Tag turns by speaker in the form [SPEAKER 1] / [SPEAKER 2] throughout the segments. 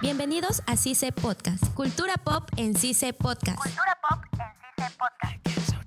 [SPEAKER 1] Bienvenidos a CICE Podcast, Cultura Pop en CICE Podcast.
[SPEAKER 2] Cultura Pop en CICE Podcast.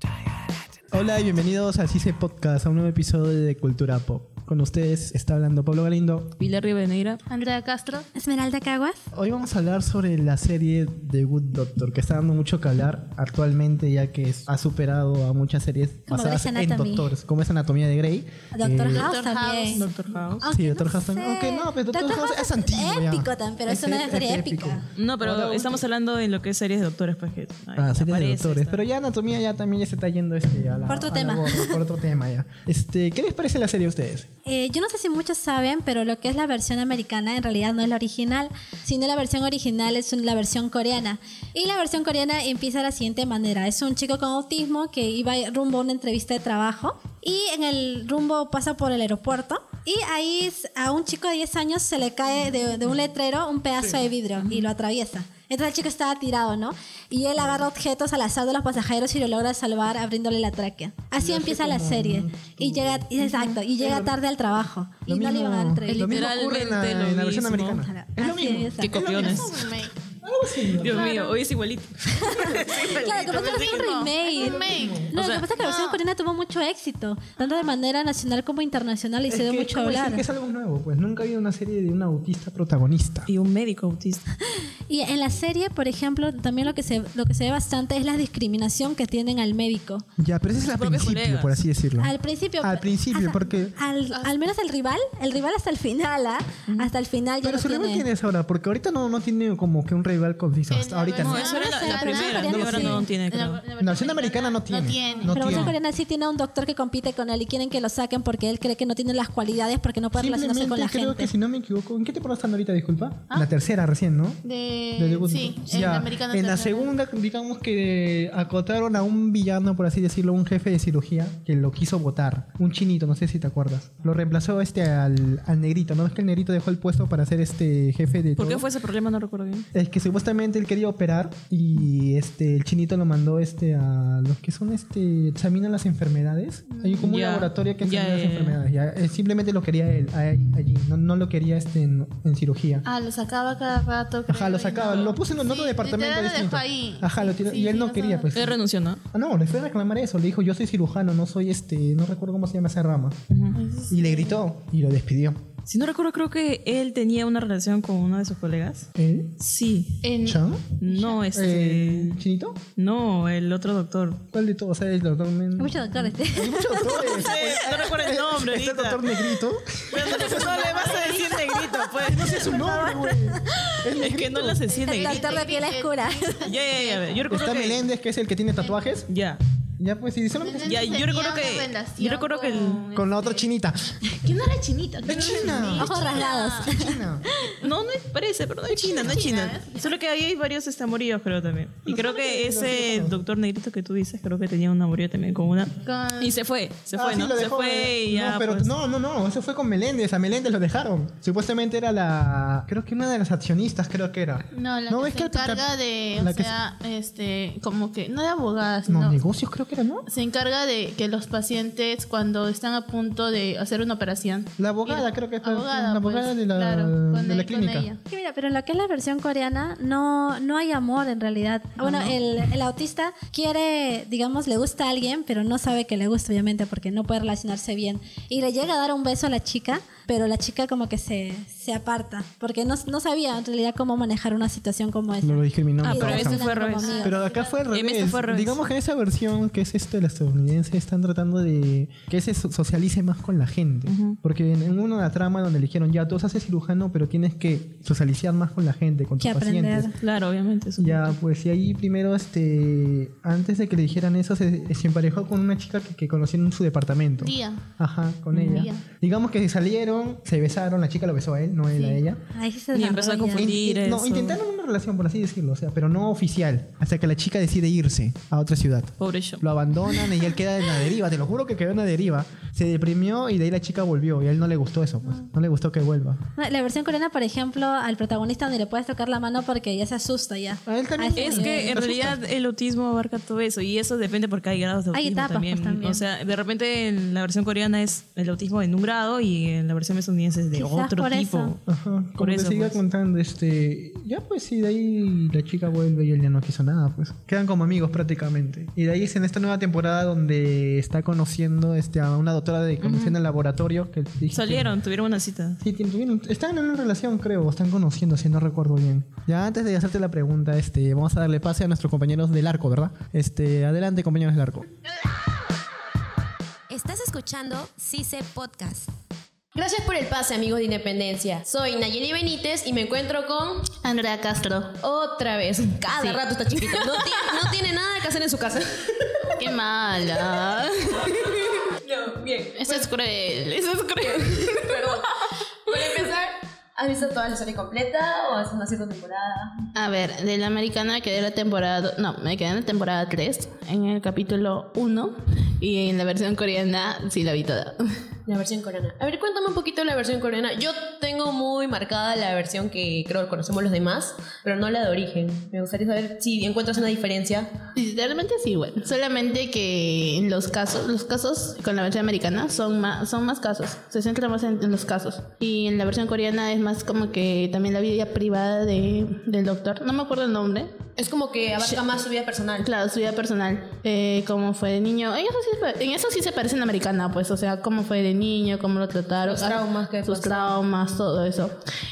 [SPEAKER 3] Hola y bienvenidos a CICE Podcast, a un nuevo episodio de Cultura Pop. Con ustedes está hablando Pablo Galindo.
[SPEAKER 4] Pilar Rivadeneira.
[SPEAKER 5] Andrea Castro.
[SPEAKER 1] Esmeralda Caguas.
[SPEAKER 3] Hoy vamos a hablar sobre la serie The Good Doctor, que está dando mucho que hablar actualmente, ya que es- ha superado a muchas series
[SPEAKER 1] Como
[SPEAKER 3] basadas
[SPEAKER 1] Grey's
[SPEAKER 3] en
[SPEAKER 1] Anatomy.
[SPEAKER 3] doctores, como es Anatomía de Grey.
[SPEAKER 1] Doctor
[SPEAKER 3] Eh,
[SPEAKER 1] House
[SPEAKER 5] Doctor
[SPEAKER 1] también.
[SPEAKER 4] Doctor House.
[SPEAKER 1] Aunque
[SPEAKER 3] Sí, Doctor House
[SPEAKER 1] sé.
[SPEAKER 3] también. Aunque no, pero Doctor House es
[SPEAKER 1] Es
[SPEAKER 3] antiguo ya.
[SPEAKER 1] épico también, pero es,
[SPEAKER 3] Es
[SPEAKER 1] una
[SPEAKER 3] e-
[SPEAKER 1] serie
[SPEAKER 3] es
[SPEAKER 1] épica.
[SPEAKER 3] épico.
[SPEAKER 4] No, pero
[SPEAKER 3] Ahora,
[SPEAKER 4] estamos hablando de lo que es series de doctores, pues que. ay,
[SPEAKER 3] Ah, series de
[SPEAKER 4] aparece
[SPEAKER 3] doctores.
[SPEAKER 4] esta.
[SPEAKER 3] Pero ya anatomía ya también ya se está yendo este, a la-
[SPEAKER 1] Por otro
[SPEAKER 3] a la
[SPEAKER 1] tema.
[SPEAKER 3] borda, por otro tema ya. Este, ¿Qué les parece la serie a ustedes?
[SPEAKER 5] Eh, yo no sé si muchos saben, pero lo que es la versión americana en realidad no es la original, sino la versión original es un- la versión coreana. Y la versión coreana empieza de la siguiente manera. Es un chico con autismo que iba rumbo a una entrevista de trabajo y en el rumbo pasa por el aeropuerto y ahí s- a un chico de 10 años se le cae de, de un letrero un pedazo de vidrio y lo atraviesa. Entonces el chico estaba tirado, ¿no? Y él agarra objetos al azar de los pasajeros y lo logra salvar abriéndole la tráquea. Así empieza la serie. Y llega, y- exacto, y llega tarde al trabajo. Y no le iban a dar
[SPEAKER 3] lo
[SPEAKER 5] entrevista.
[SPEAKER 3] mismo ocurre en la,
[SPEAKER 4] Literalmente lo
[SPEAKER 3] en la versión
[SPEAKER 4] mismo.
[SPEAKER 3] americana. Es lo
[SPEAKER 5] Así
[SPEAKER 3] mismo.
[SPEAKER 5] es,
[SPEAKER 4] Qué
[SPEAKER 5] exacto.
[SPEAKER 4] copiones. Dios mío, hoy es igualito.
[SPEAKER 5] Claro, lo que pasa es que es un remake.
[SPEAKER 4] O
[SPEAKER 5] No, lo
[SPEAKER 4] sea,
[SPEAKER 5] que pasa es que la versión coreana tuvo mucho éxito, tanto de manera nacional como internacional, y
[SPEAKER 3] Es
[SPEAKER 5] se dio
[SPEAKER 3] que,
[SPEAKER 5] mucho a
[SPEAKER 3] ¿cómo decir
[SPEAKER 5] hablar.
[SPEAKER 3] que es algo nuevo, pues nunca ha habido una serie de un autista protagonista.
[SPEAKER 4] Y un médico autista.
[SPEAKER 5] Y en la serie, por ejemplo, también lo que se, lo que se ve bastante es la discriminación que tienen al médico.
[SPEAKER 3] Ya, pero ese es el
[SPEAKER 4] propios
[SPEAKER 3] principio,
[SPEAKER 4] colegas.
[SPEAKER 3] por así decirlo.
[SPEAKER 5] Al principio.
[SPEAKER 3] Al principio,
[SPEAKER 5] hasta-
[SPEAKER 3] porque-
[SPEAKER 5] Al, al menos el rival, el rival hasta el final, ¿ah? Hasta el final ya
[SPEAKER 3] pero
[SPEAKER 5] lo
[SPEAKER 3] su rival
[SPEAKER 5] tiene.
[SPEAKER 3] tienes ahora, porque ahorita no, no tiene como que un rival conciso. Hasta ahorita no.
[SPEAKER 4] No, eso era la, la
[SPEAKER 5] Ah,
[SPEAKER 4] primera.
[SPEAKER 5] no,
[SPEAKER 4] Y ahora
[SPEAKER 5] sí.
[SPEAKER 4] no tiene, creo.
[SPEAKER 3] La versión americana no tiene. No tiene.
[SPEAKER 5] Pero versión coreana sí tiene a un doctor que compite con él y quieren que lo saquen porque él cree que no tiene las cualidades porque no puede relacionarse
[SPEAKER 3] Simplemente
[SPEAKER 5] con la
[SPEAKER 3] creo
[SPEAKER 5] gente.
[SPEAKER 3] que si no me equivoco, ¿en qué temporada están ahorita, disculpa?
[SPEAKER 4] ¿Ah?
[SPEAKER 3] La tercera recién, ¿no?
[SPEAKER 6] De,
[SPEAKER 3] De The Good
[SPEAKER 6] sí,
[SPEAKER 3] Doctor.
[SPEAKER 6] en
[SPEAKER 3] Ya,
[SPEAKER 6] la americana
[SPEAKER 3] en la
[SPEAKER 6] tercera.
[SPEAKER 3] segunda, digamos que acotaron a un villano, por así decirlo, un jefe de cirugía que lo quiso votar. Un chinito, no sé si te acuerdas. Lo reemplazó este al, al negrito, ¿no? Es que el negrito dejó el puesto para ser este jefe de
[SPEAKER 4] ¿Por qué
[SPEAKER 3] todo.
[SPEAKER 4] fue ese problema? No recuerdo bien.
[SPEAKER 3] Es que supuestamente él quería operar y este el chinito lo mandó este a los que son este examinan las enfermedades. Hay como un
[SPEAKER 4] Ya.
[SPEAKER 3] laboratorio que examina
[SPEAKER 4] Ya,
[SPEAKER 3] las
[SPEAKER 4] ya, ya.
[SPEAKER 3] enfermedades. ya. Él simplemente lo quería él ahí- allí, no, no lo quería este en, en cirugía.
[SPEAKER 6] Ah, lo sacaba cada rato. creo,
[SPEAKER 3] Ajá, lo
[SPEAKER 6] y
[SPEAKER 3] sacaba,
[SPEAKER 6] no.
[SPEAKER 3] lo puso en
[SPEAKER 6] Sí,
[SPEAKER 3] otro departamento
[SPEAKER 6] literal lo
[SPEAKER 3] distinto.
[SPEAKER 6] dejó ahí.
[SPEAKER 3] Ajá, lo tiró
[SPEAKER 6] Sí,
[SPEAKER 3] y él
[SPEAKER 6] sí,
[SPEAKER 3] no
[SPEAKER 6] o
[SPEAKER 3] quería
[SPEAKER 6] sea,
[SPEAKER 3] pues.
[SPEAKER 4] Él renunció, ¿no?
[SPEAKER 3] Ah, no, le fue a reclamar eso, le dijo, "Yo soy cirujano, no soy este, no recuerdo cómo se llama esa rama." Y le gritó y lo despidió.
[SPEAKER 4] Si no recuerdo, creo que él tenía una relación con uno de sus colegas.
[SPEAKER 3] ¿El
[SPEAKER 4] Sí.
[SPEAKER 6] En,
[SPEAKER 3] ¿Chan?
[SPEAKER 4] No, este.
[SPEAKER 3] ¿El chinito?
[SPEAKER 4] No, el otro doctor.
[SPEAKER 3] ¿Cuál de todos? O sea, el doctor Men-
[SPEAKER 5] Hay muchos doctores.
[SPEAKER 3] Hay muchos doctores.
[SPEAKER 4] No recuerdo el nombre.
[SPEAKER 3] Está el
[SPEAKER 4] ahorita.
[SPEAKER 3] Este doctor Negrito.
[SPEAKER 4] Pero No le vas a decir negrito, pues.
[SPEAKER 3] Es su nombre, güey.
[SPEAKER 4] Es que no lo sé si es
[SPEAKER 5] El
[SPEAKER 4] negrito.
[SPEAKER 5] doctor de piel oscura.
[SPEAKER 4] Ya, ya, ya. Yo recuerdo
[SPEAKER 3] Está
[SPEAKER 4] que.
[SPEAKER 3] Meléndez, que es el que tiene tatuajes.
[SPEAKER 4] Ya.
[SPEAKER 3] Ya, pues, y solamente
[SPEAKER 4] Ya, yo
[SPEAKER 6] Tenía
[SPEAKER 4] recuerdo
[SPEAKER 6] una
[SPEAKER 4] que.
[SPEAKER 6] relación
[SPEAKER 4] Yo recuerdo que el.
[SPEAKER 3] con la otra chinita.
[SPEAKER 6] ¿Quién no era chinita?
[SPEAKER 3] ¡Es china!
[SPEAKER 5] Ojos rasgados.
[SPEAKER 3] ¡Es china!
[SPEAKER 4] No, no es- parece, pero no es China, no es China. Solo que ahí hay varios este, amoríos, creo también. Y creo que ese doctor negrito que tú dices, creo que tenía un amorío también con una.
[SPEAKER 6] Con-
[SPEAKER 4] Y se fue, se
[SPEAKER 3] Ah,
[SPEAKER 4] fue,
[SPEAKER 3] sí,
[SPEAKER 4] ¿no?
[SPEAKER 3] lo
[SPEAKER 4] Se
[SPEAKER 3] dejó,
[SPEAKER 4] fue y
[SPEAKER 3] eh.
[SPEAKER 4] ya.
[SPEAKER 3] No, pero
[SPEAKER 4] pues.
[SPEAKER 3] no, no, no, eso fue con Meléndez, a Meléndez lo dejaron. Supuestamente era la creo que una de las accionistas, creo que era.
[SPEAKER 6] No, la que
[SPEAKER 3] es
[SPEAKER 6] se
[SPEAKER 3] al-
[SPEAKER 6] encarga de,
[SPEAKER 3] la
[SPEAKER 6] o
[SPEAKER 3] que-
[SPEAKER 6] sea, este, como que, no de abogadas,
[SPEAKER 3] no,
[SPEAKER 6] no.
[SPEAKER 3] negocios creo que era, ¿no?
[SPEAKER 6] Se encarga de que los pacientes cuando están a punto de hacer una operación.
[SPEAKER 3] La abogada, creo que es la-
[SPEAKER 6] Abogada,
[SPEAKER 3] la abogada
[SPEAKER 6] pues,
[SPEAKER 3] de la-
[SPEAKER 6] claro,
[SPEAKER 3] de
[SPEAKER 6] con
[SPEAKER 3] la
[SPEAKER 6] él- con
[SPEAKER 3] clínica.
[SPEAKER 6] ella.
[SPEAKER 5] Sí, mira, pero en lo que es la versión coreana no, no hay amor en realidad.
[SPEAKER 4] Ah,
[SPEAKER 5] Bueno, el, el autista quiere, digamos, le gusta a alguien, pero no sabe que le gusta, obviamente, porque no puede relacionarse bien. Y le llega a dar un beso a la chica, pero la chica como que se, se aparta, porque no, no sabía en realidad cómo manejar una situación como esa.
[SPEAKER 3] Lo discriminó.
[SPEAKER 4] Ah, pero
[SPEAKER 5] Y
[SPEAKER 4] ese
[SPEAKER 5] la
[SPEAKER 4] fue al
[SPEAKER 5] tratan como
[SPEAKER 4] revés.
[SPEAKER 5] amigos.
[SPEAKER 3] Pero acá fue al
[SPEAKER 4] En esta
[SPEAKER 3] revés.
[SPEAKER 4] fue al revés.
[SPEAKER 3] Digamos que en esa versión que es este la estadounidense están tratando de que se so- socialice más con la gente, porque en- en una trama donde le dijeron ya tú haces cirujano, pero tienes que socializar más con la gente, con tus
[SPEAKER 5] Que aprender.
[SPEAKER 3] pacientes.
[SPEAKER 4] Claro, obviamente. es un-
[SPEAKER 3] Ya, pues y ahí primero, este, antes de que le dijeran eso, se, se emparejó con una chica que, que conoció en su departamento.
[SPEAKER 6] Día.
[SPEAKER 3] Ajá, con ella.
[SPEAKER 6] Día.
[SPEAKER 3] Digamos que se salieron, se besaron, la chica lo besó a él, no él a ella.
[SPEAKER 5] Ahí sí se
[SPEAKER 4] Y empezó a
[SPEAKER 5] desarrolla.
[SPEAKER 4] confundir. Sentir
[SPEAKER 3] No,
[SPEAKER 4] eso.
[SPEAKER 3] intentaron una relación, por así decirlo, o sea, pero no oficial. Hasta que la chica decide irse a otra ciudad.
[SPEAKER 4] Pobre yo.
[SPEAKER 3] Lo abandonan y él queda en la deriva, te lo juro que quedó en la deriva. Se deprimió y de ahí la chica volvió y a él no le gustó eso, pues. No le gustó que vuelva.
[SPEAKER 5] La versión coreana, por ejemplo, al protagonista ni le puedes tocar la mano porque ya se asusta ya.
[SPEAKER 3] A él también.
[SPEAKER 5] Así
[SPEAKER 4] Es
[SPEAKER 5] Sí,
[SPEAKER 4] que en
[SPEAKER 3] Asusta.
[SPEAKER 4] realidad el autismo abarca todo eso y eso depende porque hay grados de
[SPEAKER 5] Hay
[SPEAKER 4] autismo
[SPEAKER 5] etapas, pues,
[SPEAKER 4] también.
[SPEAKER 5] también.
[SPEAKER 4] O sea, de repente en la versión coreana es el autismo en un grado y en la población estadounidense es de
[SPEAKER 5] Quizás
[SPEAKER 4] otro
[SPEAKER 5] por
[SPEAKER 4] tipo.
[SPEAKER 5] eso.
[SPEAKER 3] Ajá, como
[SPEAKER 4] Por
[SPEAKER 3] te
[SPEAKER 4] eso,
[SPEAKER 3] siga
[SPEAKER 4] pues.
[SPEAKER 3] contando, este. Ya, pues, sí, de ahí la chica vuelve y él ya no quiso nada, pues. Quedan como amigos prácticamente. Y de ahí es en esta nueva temporada donde está conociendo este, a una doctora de conducción al laboratorio. Que dije que-
[SPEAKER 4] Salieron, tuvieron una cita.
[SPEAKER 3] Sí, tienen- tuvieron- están en una relación, creo, o están conociéndose, no recuerdo bien. Ya antes de hacerte la pregunta, este, vamos a darle pase a nuestros compañeros del arco, ¿verdad? Este, adelante, compañeros del arco.
[SPEAKER 1] Estás escuchando CICE Podcast.
[SPEAKER 7] Gracias por el pase, amigos de Independencia. Soy Nayeli Benítez y me encuentro con
[SPEAKER 6] Andrea Castro.
[SPEAKER 7] otra vez. Cada rato está chiquita. No tiene, no tiene nada que hacer en su casa.
[SPEAKER 6] Qué mala.
[SPEAKER 7] No, bien. pues.
[SPEAKER 6] Eso es cruel. Eso es cruel.
[SPEAKER 7] Perdón. Para empezar, ¿has visto toda la serie completa o has una cierta temporada?
[SPEAKER 6] A ver, de la americana me quedé en la temporada. No, me quedé en la temporada 3, en el capítulo 1. Y en la versión coreana sí la vi toda.
[SPEAKER 7] La versión coreana. A ver, cuéntame un poquito de la versión coreana. Yo tengo muy marcada la versión que creo que conocemos los demás, pero no la de origen. Me gustaría saber si encuentras una diferencia.
[SPEAKER 6] Literalmente sí, bueno. Solamente que en los casos, los casos con la versión americana son más, son más casos. Se centra más en, en los casos. Y en la versión coreana es más como que también la vida privada de, del doctor. No me acuerdo el nombre.
[SPEAKER 7] Es como que abarca más su vida personal.
[SPEAKER 6] Claro, su vida personal. Eh, cómo fue de niño. En eso, sí, se- en eso sí se parece a la americana, pues. O sea, cómo fue de niño, cómo lo trataron. ah,
[SPEAKER 7] Los traumas que
[SPEAKER 6] Sus
[SPEAKER 7] pasaron.
[SPEAKER 6] traumas, todo eso.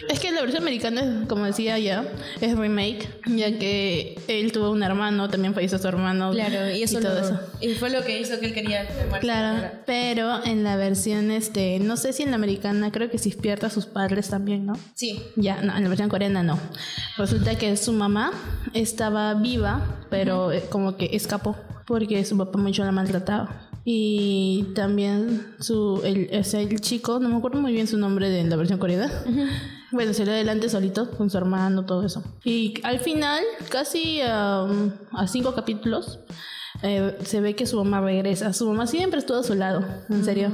[SPEAKER 6] Es que la versión americana, es, como decía ya, es remake. Ya que él tuvo un hermano, también falleció su hermano.
[SPEAKER 7] Claro, y eso,
[SPEAKER 6] todo
[SPEAKER 7] lo-
[SPEAKER 6] eso.
[SPEAKER 7] Y fue lo que hizo que él quería enfermarse.
[SPEAKER 6] Claro, pero en la versión este, no sé si en la americana, creo que si pierde a sus padres también, ¿no?
[SPEAKER 7] Sí.
[SPEAKER 6] Ya, no, en la versión coreana no. Resulta que su mamá estaba viva, pero eh, como que escapó porque su papá mucho la maltrataba. Y también su, el, o sea, el chico, no me acuerdo muy bien su nombre de la versión coreana. Bueno, salió adelante solito con su hermano, todo eso. Y al final, casi um, a cinco capítulos, eh, se ve que su mamá regresa. Su mamá siempre estuvo a su lado, en serio.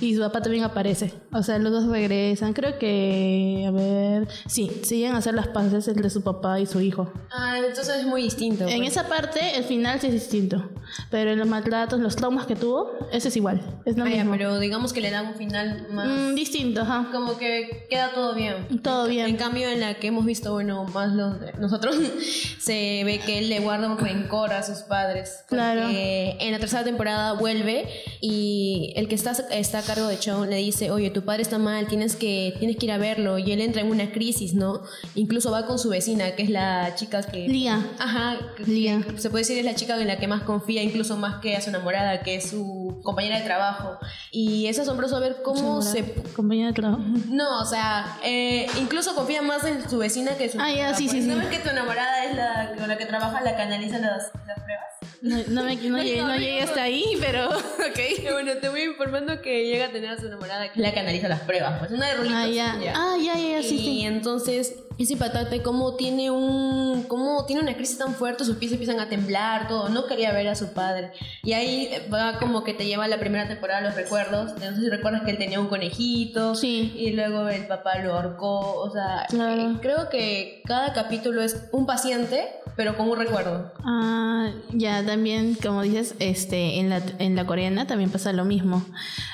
[SPEAKER 6] Y su papá también aparece. O sea, los dos regresan. Creo que, a ver, sí, siguen a hacer las paces entre su papá y su hijo.
[SPEAKER 7] Ah, entonces es muy distinto.
[SPEAKER 6] En
[SPEAKER 7] pues.
[SPEAKER 6] esa parte, el final sí es distinto. Pero en los maltratos, los traumas que tuvo, ese es igual. Es lo
[SPEAKER 7] Ah, ya,
[SPEAKER 6] mismo.
[SPEAKER 7] pero digamos que le dan un final más.
[SPEAKER 6] Mm, distinto, ajá.
[SPEAKER 7] Como que queda todo bien.
[SPEAKER 6] Todo
[SPEAKER 7] En
[SPEAKER 6] bien.
[SPEAKER 7] cambio, en la que hemos visto, bueno, más los de nosotros, se ve que él le guarda un rencor a sus padres. Porque
[SPEAKER 6] Claro.
[SPEAKER 7] En la tercera temporada vuelve y el que está, está a cargo de Chon le dice, oye, tu padre está mal, tienes que, tienes que ir a verlo. Y él entra en una crisis, ¿no? Incluso va con su vecina, que es la chica que...
[SPEAKER 6] Lía.
[SPEAKER 7] Ajá, que-
[SPEAKER 6] Lía.
[SPEAKER 7] se puede decir es la chica en la que más confía, incluso más que a su enamorada, que es su compañera de trabajo. Y es asombroso ver cómo se
[SPEAKER 6] Compañera de trabajo.
[SPEAKER 7] no, o sea, eh, incluso confía más en su vecina que en su Pues,
[SPEAKER 6] Ah, ya, sí, sí,
[SPEAKER 7] ¿No
[SPEAKER 6] sí.
[SPEAKER 7] ves que tu enamorada es la con la que trabaja, la que analiza las, las pruebas?
[SPEAKER 6] No, no me, no llegué, no llegué hasta ahí, pero ok.
[SPEAKER 7] Y bueno, te voy informando que llega a tener a su enamorada, que es la que analiza las pruebas, pues una de rulitos.
[SPEAKER 6] Ah, ya. Ah, ya, ya, ya, sí,
[SPEAKER 7] y
[SPEAKER 6] sí.
[SPEAKER 7] entonces es impactante cómo tiene un cómo tiene una crisis tan fuerte sus pies empiezan a temblar todo no quería ver a su padre y ahí va como que te lleva a la primera temporada los recuerdos no sé si recuerdas que él tenía un conejito
[SPEAKER 6] Sí.
[SPEAKER 7] y luego el papá lo ahorcó o sea
[SPEAKER 6] Claro.
[SPEAKER 7] eh, creo que cada capítulo es un paciente pero con un recuerdo
[SPEAKER 6] Ah, ya también, como dices, este, en la, en la coreana también pasa lo mismo.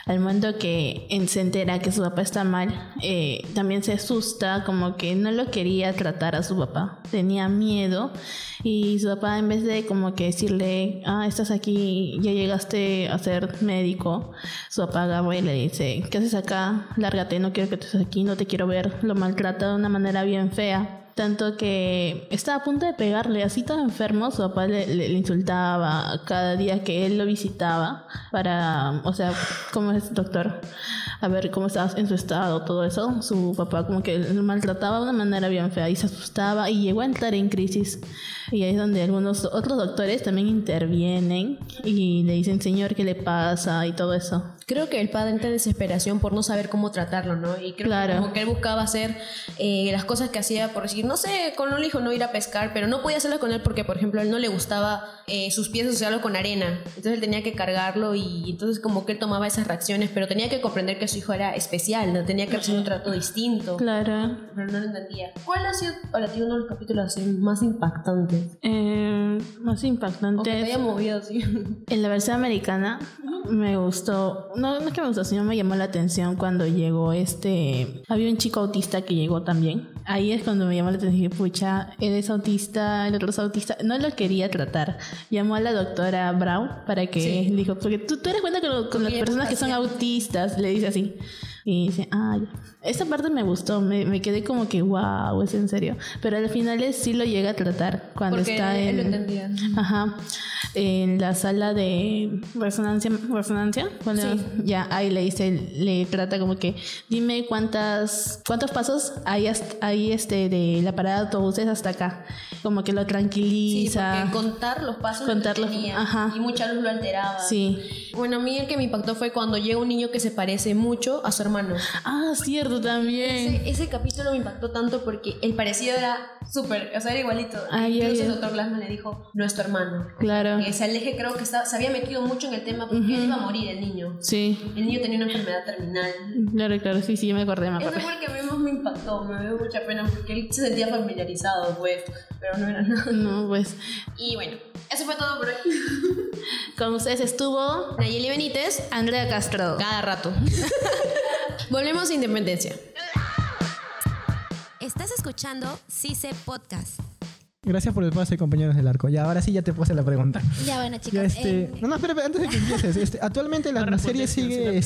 [SPEAKER 6] Al momento que en- se entera que su papá está mal, eh, también se asusta, como que no lo quería tratar a su papá. Tenía miedo y su papá en vez de como que decirle, ah, estás aquí, ya llegaste a ser médico, su papá agarra y le dice, ¿qué haces acá? Lárgate, no quiero que tú estés aquí, no te quiero ver. Lo maltrata de una manera bien fea. Tanto que estaba a punto de pegarle, así tan enfermo, su papá le, le- le insultaba cada día que él lo visitaba para, o sea, cómo es doctor, a ver cómo estás en su estado, todo eso. Su papá como que lo maltrataba de una manera bien fea y se asustaba y llegó a entrar en crisis. Y ahí es donde algunos otros doctores también intervienen y le dicen, señor, ¿qué le pasa? Y todo eso.
[SPEAKER 7] Creo que el padre entra en desesperación por no saber cómo tratarlo, ¿no? Y creo
[SPEAKER 6] Claro.
[SPEAKER 7] que como que él buscaba hacer eh, las cosas que hacía por decir, no sé, con un hijo no ir a pescar, pero no podía hacerlo con él porque, por ejemplo, a él no le gustaba eh, sus pies asociarlo con arena. Entonces él tenía que cargarlo y entonces como que él tomaba esas reacciones, pero tenía que comprender que su hijo era especial, ¿no? Tenía que recibir un trato distinto.
[SPEAKER 6] Claro.
[SPEAKER 7] Pero no lo entendía. ¿Cuál ha sido para ti uno de los capítulos así más impactantes?
[SPEAKER 6] Eh, más
[SPEAKER 7] O que te
[SPEAKER 6] impactante.
[SPEAKER 7] haya movido así.
[SPEAKER 6] En la versión americana me gustó, no, no es que me gustó, sino me llamó la atención cuando llegó este, había un chico autista que llegó también. Ahí es cuando me llamó la atención, dije, pucha, eres autista, el otro es autista. No lo quería tratar. Llamó a la doctora Brown para que le dijo, porque tú, tú eres buena con, lo- con las
[SPEAKER 7] Bien,
[SPEAKER 6] personas que son autistas, le dice así. Y dice, ay, esa parte me gustó, me, me quedé como que, wow, es en serio. Pero al final él sí lo llega a tratar cuando
[SPEAKER 7] Porque
[SPEAKER 6] está
[SPEAKER 7] él
[SPEAKER 6] en...
[SPEAKER 7] lo entendía.
[SPEAKER 6] Ajá. En la sala de resonancia, resonancia, cuando ya ahí le dice, le trata como que, dime cuántas, cuántos pasos hay hasta- hay este de la parada de autobuses hasta acá, como que lo
[SPEAKER 7] Sí,
[SPEAKER 6] tranquiliza.
[SPEAKER 7] porque contar los pasos
[SPEAKER 6] Contar
[SPEAKER 7] que
[SPEAKER 6] los-
[SPEAKER 7] tenía,
[SPEAKER 6] ajá.
[SPEAKER 7] y mucha luz lo alteraba.
[SPEAKER 6] sí.
[SPEAKER 7] Bueno, a mí el que me impactó fue cuando llega un niño que se parece mucho a su hermano.
[SPEAKER 6] Ah, cierto también.
[SPEAKER 7] Ese, ese capítulo me impactó tanto porque el parecido era súper, o sea, era igualito.
[SPEAKER 6] Ay,
[SPEAKER 7] Incluso
[SPEAKER 6] ay, ay.
[SPEAKER 7] el doctor Glassman le dijo, nuestro hermano.
[SPEAKER 6] Claro.
[SPEAKER 7] Y se aleje creo que estaba- se había metido mucho en el tema porque él iba a morir el niño.
[SPEAKER 6] Sí.
[SPEAKER 7] El niño tenía una enfermedad terminal.
[SPEAKER 6] Claro, claro, sí, sí, me acordé, me
[SPEAKER 7] Ese
[SPEAKER 6] acordé.
[SPEAKER 7] fue el que a mí más me impactó, me dio mucha pena porque él se sentía familiarizado, pues, pero no era nada.
[SPEAKER 6] No, pues,
[SPEAKER 7] Y bueno, eso fue todo por hoy.
[SPEAKER 6] con ustedes estuvo
[SPEAKER 7] Nayeli Benítez,
[SPEAKER 6] Andrea Castro.
[SPEAKER 7] cada rato. Volvemos a Independencia.
[SPEAKER 1] Estás escuchando CICE Podcast.
[SPEAKER 3] Gracias por el pase, compañeros del arco. Ya, ahora sí ya te puse la pregunta.
[SPEAKER 5] Ya bueno chicos.
[SPEAKER 3] Ya, este,
[SPEAKER 5] eh,
[SPEAKER 3] no, no, espera, espera, antes de que empieces. este, actualmente la,
[SPEAKER 4] No
[SPEAKER 3] la serie
[SPEAKER 4] respondes, sino
[SPEAKER 3] sigue
[SPEAKER 4] que-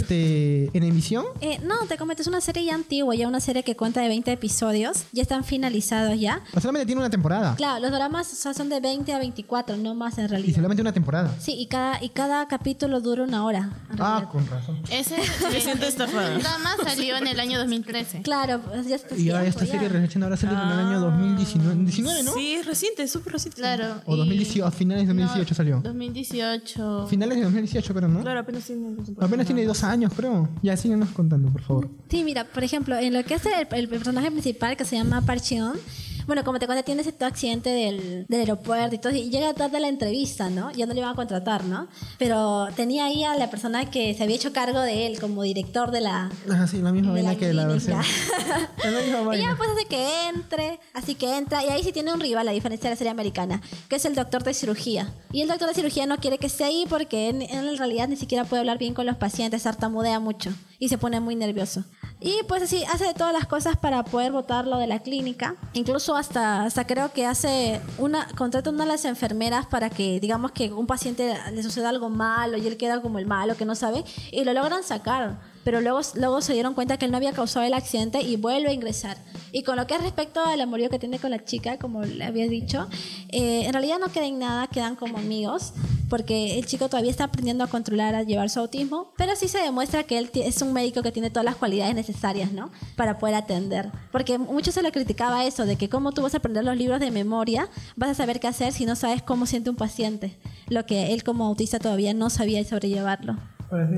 [SPEAKER 3] este, en emisión.
[SPEAKER 5] eh, no, te comento, es una serie ya antigua, ya una serie que cuenta de 20 episodios, ya están finalizados ya.
[SPEAKER 3] O solamente tiene una temporada.
[SPEAKER 5] Claro, los dramas o sea, son de 20 a 24, no más en
[SPEAKER 3] Y
[SPEAKER 5] realidad.
[SPEAKER 3] solamente una temporada.
[SPEAKER 5] Sí, y cada, y cada capítulo dura una hora. en
[SPEAKER 3] Ah,
[SPEAKER 5] realidad.
[SPEAKER 3] con razón.
[SPEAKER 6] Ese
[SPEAKER 4] Me siento estafada.
[SPEAKER 6] drama salió en el año 2013.
[SPEAKER 5] Claro, pues, ya está.
[SPEAKER 3] Y ahora
[SPEAKER 5] tiempo,
[SPEAKER 3] esta
[SPEAKER 5] ya. Ah.
[SPEAKER 3] serie recién ahora salió en el año 2019, 19, ¿no?
[SPEAKER 4] Sí, es reciente, es súper reciente.
[SPEAKER 6] Claro.
[SPEAKER 3] O
[SPEAKER 6] y-
[SPEAKER 3] 2018, a finales de 2018 salió.
[SPEAKER 6] 2018.
[SPEAKER 3] Finales de 2018, creo, ¿no?
[SPEAKER 4] Claro, apenas tiene.
[SPEAKER 3] Apenas tiene dos años, creo. Ya, síguenos contando, por favor.
[SPEAKER 5] Sí, mira, por ejemplo, en lo que es el, el personaje principal que se llama Parcheon, bueno, como te conté, tiene ese todo accidente del, del aeropuerto y todo, y llega tarde a la entrevista, ¿no? Ya no le iban a contratar, ¿no? Pero tenía ahí a la persona que se había hecho cargo de él como director de la...
[SPEAKER 3] Ah, sí, la misma
[SPEAKER 5] de
[SPEAKER 3] vaina que la versión.
[SPEAKER 5] clínica.
[SPEAKER 3] Es la misma
[SPEAKER 5] Y ya
[SPEAKER 3] vaina.
[SPEAKER 5] pues hace que entre, así que entra, y ahí sí tiene un rival, a diferencia de la serie americana, que es el doctor de cirugía. Y el doctor de cirugía no quiere que esté ahí porque en, en realidad ni siquiera puede hablar bien con los pacientes, tartamudea mucho y se pone muy nervioso. Y pues así hace de todas las cosas para poder votarlo de la clínica, incluso hasta, hasta creo que hace una, contrata una de las enfermeras para que digamos que un paciente le suceda algo malo y él queda como el malo que no sabe y lo logran sacar pero luego, luego se dieron cuenta que él no había causado el accidente y vuelve a ingresar. Y con lo que es respecto al amorío que tiene con la chica, como le había dicho, eh, en realidad no quedan nada, quedan como amigos, porque el chico todavía está aprendiendo a controlar, a llevar su autismo, pero sí se demuestra que él ti- es un médico que tiene todas las cualidades necesarias, ¿no? Para poder atender. Porque mucho se le criticaba eso, de que cómo tú vas a aprender los libros de memoria, vas a saber qué hacer si no sabes cómo siente un paciente, lo que él como autista todavía no sabía sobrellevarlo.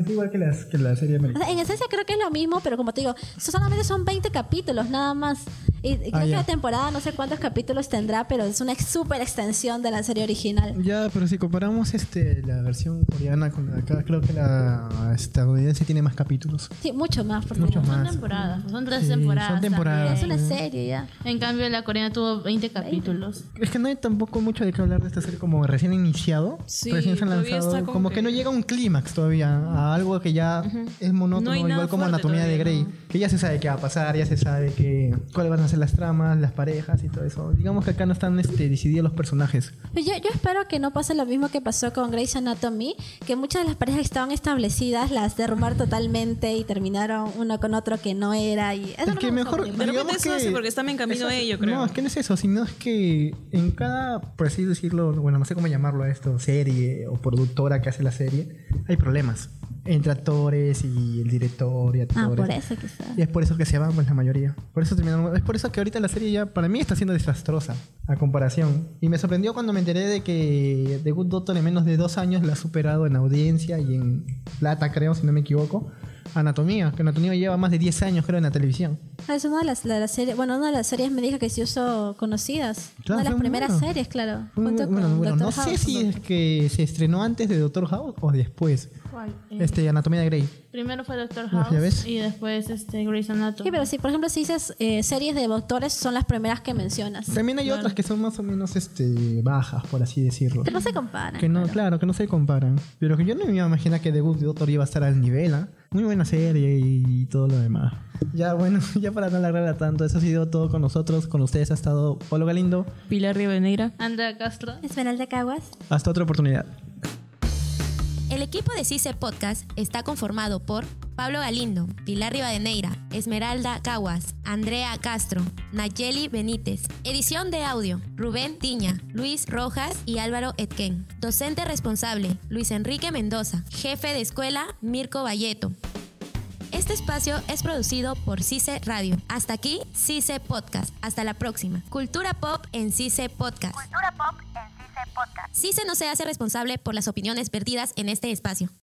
[SPEAKER 3] Es igual que, las, que la serie
[SPEAKER 5] O
[SPEAKER 3] americana.
[SPEAKER 5] sea, en esencia creo que es lo mismo, pero como te digo, so- solamente son 20 capítulos nada más. Y y creo
[SPEAKER 3] Ah,
[SPEAKER 5] que
[SPEAKER 3] ya.
[SPEAKER 5] la temporada no sé cuántos capítulos tendrá, pero es una ex- súper extensión de la serie original.
[SPEAKER 3] Ya, pero si comparamos este, la versión coreana con la de acá, creo que la estadounidense tiene más capítulos.
[SPEAKER 5] Sí, mucho más, porque
[SPEAKER 3] Mucho
[SPEAKER 6] Son
[SPEAKER 3] más.
[SPEAKER 6] temporadas, son tres
[SPEAKER 3] Sí, son
[SPEAKER 6] temporadas.
[SPEAKER 3] temporadas.
[SPEAKER 5] es una
[SPEAKER 3] Sí.
[SPEAKER 5] serie ya.
[SPEAKER 6] también. En cambio, la coreana tuvo 20 capítulos.
[SPEAKER 3] Es que no hay tampoco mucho de qué hablar de esta serie como recién iniciado.
[SPEAKER 4] Sí,
[SPEAKER 3] recién se han
[SPEAKER 4] todavía
[SPEAKER 3] lanzado.
[SPEAKER 4] está
[SPEAKER 3] Como,
[SPEAKER 4] como
[SPEAKER 3] que...
[SPEAKER 4] que
[SPEAKER 3] no llega a un clímax todavía, a algo que ya es monótono,
[SPEAKER 4] No hay nada
[SPEAKER 3] igual como
[SPEAKER 4] fuerte
[SPEAKER 3] Anatomía de Grey.
[SPEAKER 4] todavía,
[SPEAKER 3] Que ya se sabe qué va a pasar, ya se sabe que, cuáles van a ser las tramas, las parejas y todo eso. Digamos que acá no están este, decididos los personajes.
[SPEAKER 5] Pero Pues Yo, yo espero que no pase lo mismo que pasó con Grey's Anatomy, que muchas de las parejas que estaban establecidas las derrumbaron totalmente y terminaron uno con otro que no era. Y eso
[SPEAKER 3] Es
[SPEAKER 5] no
[SPEAKER 3] que
[SPEAKER 5] me gustó
[SPEAKER 3] mejor.
[SPEAKER 5] mucho.
[SPEAKER 4] De repente
[SPEAKER 3] digamos
[SPEAKER 4] eso
[SPEAKER 3] que-
[SPEAKER 4] hace porque están en camino
[SPEAKER 3] eso-
[SPEAKER 4] a ello, creo.
[SPEAKER 3] No, es que no es eso, sino es que en cada, por así decirlo, bueno, no sé cómo llamarlo a esto, serie o productora que hace la serie, hay problemas entre actores y el director y actores.
[SPEAKER 5] Ah, por eso quizás.
[SPEAKER 3] Y es por eso que se van pues, la mayoría. Por eso terminaron. Es por eso que ahorita la serie ya para mí está siendo desastrosa a comparación. Y me sorprendió cuando me enteré de que The Good Doctor en menos de dos años la ha superado en audiencia y en plata, creo, si no me equivoco. Anatomía, que Anatomía lleva más de 10 años, creo, en la televisión.
[SPEAKER 5] Ah, Es una de las, la- la serie- bueno, una de las series médicas que se usó conocidas.
[SPEAKER 3] Claro,
[SPEAKER 5] una de
[SPEAKER 3] fue
[SPEAKER 5] las
[SPEAKER 3] muy
[SPEAKER 5] primeras
[SPEAKER 3] bueno.
[SPEAKER 5] series, claro.
[SPEAKER 3] Muy
[SPEAKER 5] junto
[SPEAKER 3] bu- bueno,
[SPEAKER 5] con
[SPEAKER 3] bueno,
[SPEAKER 5] Dr.
[SPEAKER 3] no sé
[SPEAKER 5] House.
[SPEAKER 3] si es que se estrenó antes de Doctor House o después.
[SPEAKER 5] Eh.
[SPEAKER 3] Este, Anatomía de Grey.
[SPEAKER 6] Primero fue Doctor
[SPEAKER 3] Ah, ya ves.
[SPEAKER 6] House y después este Grey's Anatomy.
[SPEAKER 5] Sí, pero si, por ejemplo, si dices eh, series de doctores, son las primeras que mencionas.
[SPEAKER 3] También hay otras que son más o menos este, bajas, por así decirlo.
[SPEAKER 5] Que no se comparan.
[SPEAKER 3] Que no, claro. que no se comparan. Pero que yo no me iba a imaginar que The Good Doctor iba a estar al nivel, ¿ah? Muy buena serie y todo lo demás. Ya, bueno, ya para no alargarla tanto, eso ha sido todo con nosotros. Con ustedes ha estado Polo Galindo.
[SPEAKER 4] Pilar Rivadeneira.
[SPEAKER 6] Andrea Castro.
[SPEAKER 5] Esmeralda Caguas.
[SPEAKER 3] Hasta otra oportunidad.
[SPEAKER 1] El equipo de CICE Podcast está conformado por Pablo Galindo, Pilar Rivadeneira, Esmeralda Caguas, Andrea Castro, Nayeli Benítez. Edición de audio, Rubén Tiña, Luis Rojas y Álvaro Etquén. Docente responsable, Luis Enrique Mendoza. Jefe de escuela, Mirko Valleto. Este espacio es producido por CICE Radio. Hasta aquí, CICE Podcast. Hasta la próxima. Cultura Pop en CICE Podcast.
[SPEAKER 2] Cultura Pop en CICE Podcast.
[SPEAKER 1] CICE no se hace responsable por las opiniones perdidas en este espacio.